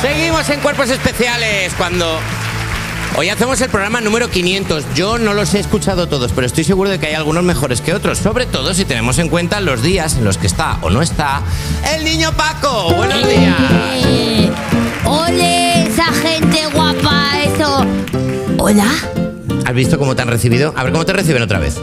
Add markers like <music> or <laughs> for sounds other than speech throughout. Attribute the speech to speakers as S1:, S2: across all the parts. S1: Seguimos en Cuerpos Especiales cuando... Hoy hacemos el programa número 500. Yo no los he escuchado todos, pero estoy seguro de que hay algunos mejores que otros. Sobre todo si tenemos en cuenta los días en los que está o no está el niño Paco. Buenos días.
S2: Eh, ¡Ole, esa gente guapa, eso! ¿Hola?
S1: ¿Has visto cómo te han recibido? A ver cómo te reciben otra vez.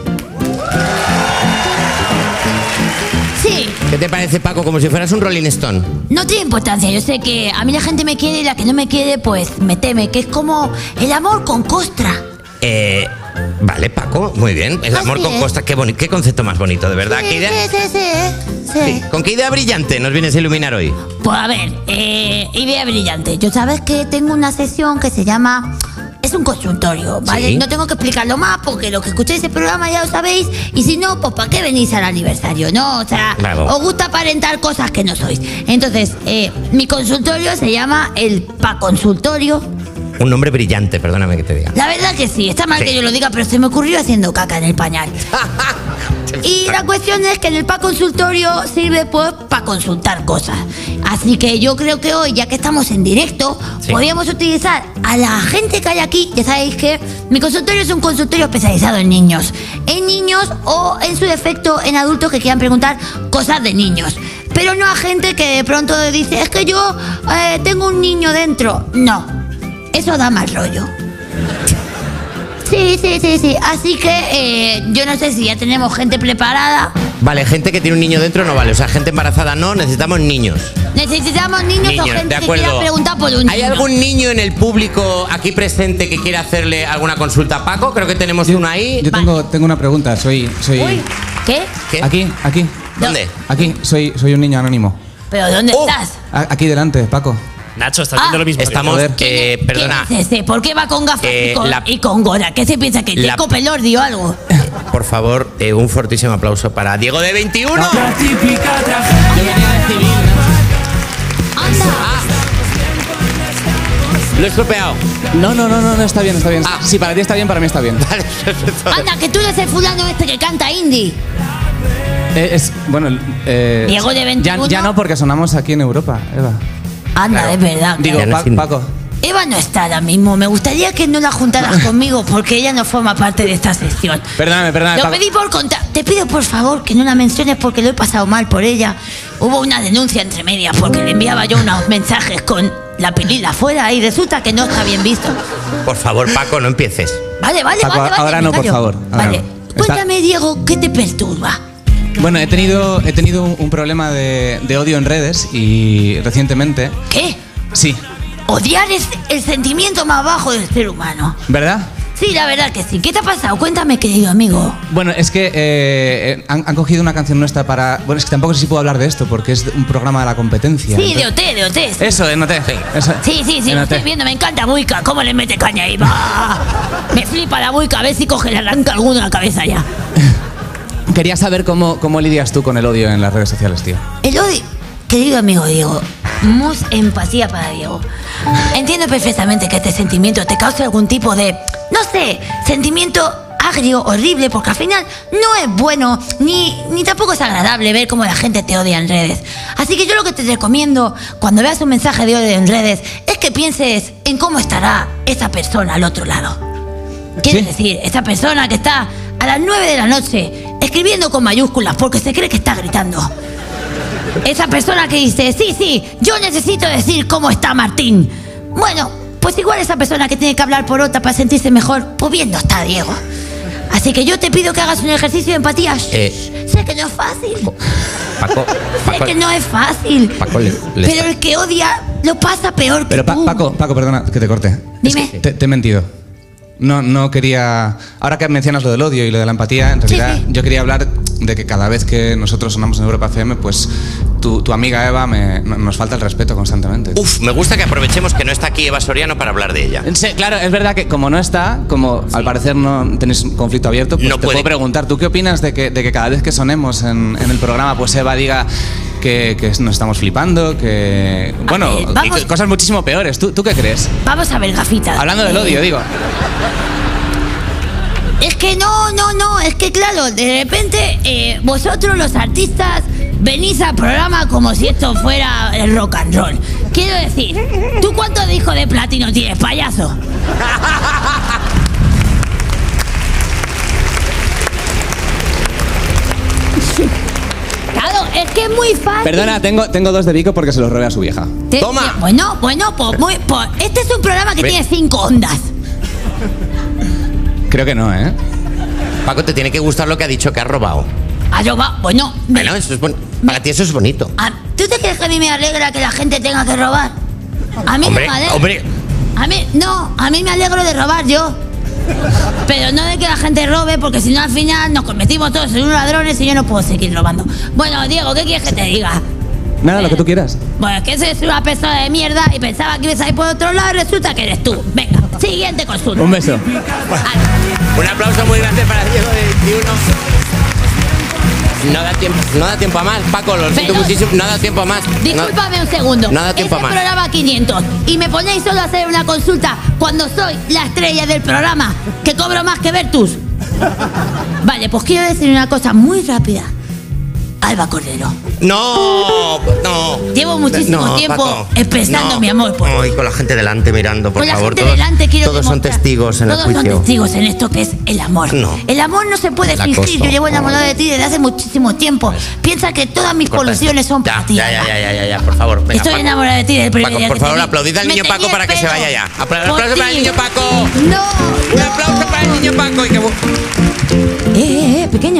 S2: Sí,
S1: ¿Qué te parece, Paco? Como si fueras un Rolling Stone.
S2: no tiene importancia. Yo sé que a mí la gente me quiere y la que no me quiere, pues me teme, que es como el amor con costra.
S1: Eh, vale, Paco, muy bien. El amor
S2: Así
S1: con
S2: es.
S1: costa, qué, boni- qué concepto más bonito, de verdad. ¿Qué idea-
S2: sí, sí,
S1: Sí, ¿Con qué idea brillante nos vienes a iluminar hoy?
S2: Pues a ver, eh, idea brillante. Yo sabes que tengo una sesión que se llama... Es un consultorio, ¿vale?
S1: Sí.
S2: No tengo que explicarlo más porque los que escucháis ese programa ya lo sabéis. Y si no, pues ¿para qué venís al aniversario, no? O sea,
S1: Bravo.
S2: os gusta aparentar cosas que no sois. Entonces, eh, mi consultorio se llama el Pa Consultorio.
S1: Un nombre brillante, perdóname que te diga. <laughs>
S2: La verdad que sí, está mal
S1: Sí.
S2: que yo lo diga, pero se me ocurrió haciendo caca en el pañal. <laughs> Y la cuestión es que en el PA consultorio sirve pues para consultar cosas. Así que yo creo que hoy, ya que estamos en directo,
S1: Sí.
S2: podríamos utilizar a la gente que hay aquí. Ya sabéis que mi consultorio es un consultorio especializado en niños. En niños o en su defecto en adultos que quieran preguntar cosas de niños. Pero no a gente que de pronto dice, es que yo eh, tengo un niño dentro. No, eso da mal rollo. Sí, sí, sí, sí. Así que eh, yo no sé si ya tenemos gente preparada.
S1: Vale, gente que tiene un niño dentro no vale. O sea, gente embarazada no, necesitamos niños.
S2: Necesitamos niños, o
S1: Niños, de
S2: gente que quiera
S1: acuerdo.
S2: preguntar por un
S1: ¿Hay
S2: niño.
S1: algún niño en el público aquí presente que quiera hacerle alguna consulta a Paco? Creo que tenemos uno ahí.
S3: Yo tengo, tengo una pregunta, soy... soy
S2: Eh, Uy, ¿qué?
S1: ¿Qué?
S3: Aquí, aquí,
S1: ¿Dónde?
S3: aquí, soy, soy un niño anónimo.
S2: ¿Pero dónde
S1: Oh.
S2: estás?
S3: A- aquí delante, Paco.
S4: Nacho, estás
S2: Ah.
S4: viendo lo mismo. que
S1: Estamos.
S4: yo.
S3: Joder.
S1: eh,
S2: ¿Quién
S1: perdona.
S2: es ese? este? ¿Por qué va con gafas
S1: Eh,
S2: y, con,
S1: la-
S2: y con gora? ¿Qué se piensa que
S1: La-
S2: Jacob Elordi
S1: <laughs>
S2: o algo?
S1: Por favor, eh, un fortísimo aplauso para Diego de 21.
S2: ¡Anda!
S1: Lo he estropeado. <laughs>
S3: No, no, no, no, no está bien, está bien.
S1: Ah.
S3: Si para ti está bien, para mí está bien.
S1: Vale, perfecto.
S2: ¡Anda, que tú eres el fulano este que canta indie!
S3: Eh, es, bueno, eh,
S2: Diego de
S3: ya,
S2: 21.
S3: ya no porque sonamos aquí en Europa, Eva.
S2: Anda,
S1: Claro.
S2: es verdad.
S3: Digo,
S1: Ya no
S3: Pa-
S1: es in-
S3: Paco.
S2: Eva no está ahora mismo. Me gustaría que no la juntaras
S1: <laughs>
S2: conmigo porque ella no forma parte de esta sesión.
S3: Perdóname,
S1: Ah,
S3: perdóname,
S2: Lo
S3: Paco.
S2: pedí por contar. Te pido por favor que no la menciones porque lo he pasado mal por ella. Hubo una denuncia entre medias porque le enviaba yo unos mensajes con la pilila afuera y resulta que no está bien visto.
S1: Por favor, Paco, no empieces.
S2: Vale, vale,
S3: Paco,
S2: vale, vale,
S3: ahora
S2: me
S3: no, por
S2: callo.
S3: favor, ahora
S2: Vale.
S3: no. Está-
S2: Cuéntame, Diego, ¿qué te perturba?
S3: Bueno, he tenido, he tenido un, un problema de, de odio en redes y recientemente...
S2: ¿Qué?
S3: Sí,
S2: Odiar es el sentimiento más bajo del ser humano.
S3: ¿verdad?
S2: Sí, la verdad que sí. ¿Qué te ha pasado? Cuéntame, querido amigo.
S3: Bueno, es que eh, eh, han, han cogido una canción nuestra para... Bueno, es que tampoco sé si puedo hablar de esto porque es un programa de la competencia.
S2: Sí, de
S3: entonces-
S2: OT, de OT.
S3: Eso, en OT. Eso.
S2: Sí, sí, sí,
S3: Eh, En
S2: lo
S3: OT.
S2: estoy viendo, me encanta Buica, cómo le mete caña ahí. ¡Bah! Me flipa la Buica, a ver si coge, le arranca alguno la cabeza ya.
S3: Quería saber cómo, cómo lidias tú con el odio en las redes sociales, tío.
S2: El hoy, querido amigo Diego, mus empatía para Diego. Entiendo perfectamente que este sentimiento te cause algún tipo de, no sé, sentimiento agrio, horrible, porque al final no es bueno, ni, ni tampoco es agradable ver cómo la gente te odia en redes. Así que yo lo que te recomiendo cuando veas un mensaje de odio en redes es que pienses en cómo estará esa persona al otro lado. Quiere
S3: Sí.
S2: decir, esa persona que está a las 9 de la noche escribiendo con mayúsculas porque se cree que está gritando. Esa persona que dice, sí, sí, yo necesito decir cómo está Martín. Bueno, pues igual esa persona que tiene que hablar por otra para sentirse mejor, pues bien no está Diego. Así que yo te pido que hagas un ejercicio de empatía. Shh,
S1: Eh.
S2: Sé que no es fácil.
S1: Paco,
S2: Sé
S1: Paco,
S2: que no <laughs> es fácil.
S1: Paco le- le
S2: pero
S1: está-
S2: el que odia lo pasa peor que
S3: Pero Pa-
S2: tú.
S3: Paco, Paco, perdona que te corte.
S2: Dime.
S3: Es que te, te he mentido. No, no quería. Ahora que mencionas lo del odio y lo de la empatía, en realidad
S2: sí.
S3: yo quería hablar de que cada vez que nosotros sonamos en Europa FM, pues tu, tu amiga Eva me- no- nos falta el respeto constantemente.
S1: Uf, me gusta que aprovechemos que no está aquí Eva Soriano para hablar de ella.
S3: Sí, claro, es verdad que como no está, como al parecer no tenéis un conflicto abierto, pues
S1: No
S3: te
S1: puede.
S3: puedo preguntar, ¿tú qué opinas de que, de que cada vez que sonemos en, en el programa, pues Eva diga que, que nos estamos flipando, que... Bueno,
S2: ver, vamos.
S3: y cosas muchísimo peores. ¿Tú, ¿Tú qué crees?
S2: Vamos a ver, gafita.
S3: Hablando del odio, digo.
S2: Es que no, no, no, es que claro, de repente eh, vosotros los artistas venís al programa como si esto fuera el rock and roll. Quiero decir, ¿tú cuántos discos de platino tienes, payaso? Claro, es que es muy fácil.
S3: Perdona, tengo, tengo dos de Vico porque se los robé a su vieja.
S2: Te-
S1: Toma.
S2: Bueno, bueno, pues muy, pues, este es un programa que
S1: Ve-
S2: tiene cinco ondas.
S3: Creo que no, ¿eh?
S1: Paco, te tiene que gustar lo que ha dicho que has robado.
S2: Ah, yo va- bueno, me-
S1: Bueno, eso es bon- para ti eso es bonito.
S2: a- Ah, ¿tú te crees que a mí me alegra que la gente tenga que robar? A mí no
S1: Hombre,
S2: me alegra.
S1: hombre,
S2: A mí, no, a mí me alegro de robar yo. Pero no de que la gente robe, porque si no al final nos convertimos todos en unos ladrones y yo no puedo seguir robando. Bueno, Diego, ¿qué quieres que te diga?
S3: Nada, lo que tú quieras.
S2: Bueno, es que soy una persona de mierda y pensaba que ibas a ir por otro lado y resulta que eres tú. Venga, siguiente consulta.
S3: Un beso.
S2: Ah,
S1: un aplauso muy grande para Diego de 21. No da tiempo, no da tiempo a más, Paco, lo siento
S2: Pero-
S1: muchísimo, no da tiempo a más. No-
S2: Discúlpame un segundo.
S1: No da tiempo
S2: es
S1: a
S2: el
S1: más.
S2: programa 500 y me ponéis solo a hacer una consulta cuando soy la estrella del programa, que cobro más que Vertus. Vale, pues quiero decir una cosa muy rápida. Alba Cordero,
S1: No, no.
S2: Llevo muchísimo tiempo empezando, mi amor, por-
S1: Ay, con la gente delante mirando, por
S2: con la
S1: favor.
S2: gente
S1: todos
S2: delante quiero
S1: todos son
S2: demostrar-
S1: testigos en el
S2: Todos
S1: juicio.
S2: son testigos en esto que es el amor.
S1: No.
S2: El amor no se puede
S1: El
S2: fingir.
S1: acoso.
S2: Yo llevo enamorado de ti desde hace muchísimo tiempo. Piensa que todas mis
S1: Corta
S2: colusiones
S1: esto.
S2: son
S1: ya,
S2: para ti.
S1: Ya,
S2: Alba.
S1: ya, ya, ya, ya, por favor. venga,
S2: Estoy
S1: Paco.
S2: enamorada de ti desde el primer
S1: Paco,
S2: día
S1: por
S2: que
S1: favor,
S2: te vi.
S1: aplaudid al
S2: Me
S1: niño
S2: tenía
S1: Paco
S2: el
S1: para que se
S2: pelo.
S1: vaya ya. Apla-
S2: Por
S1: aplauso para el
S2: ti.
S1: niño Paco.
S2: No.
S1: Un aplauso para el niño Paco. y que bu-
S2: Eh, eh, eh, pequeña.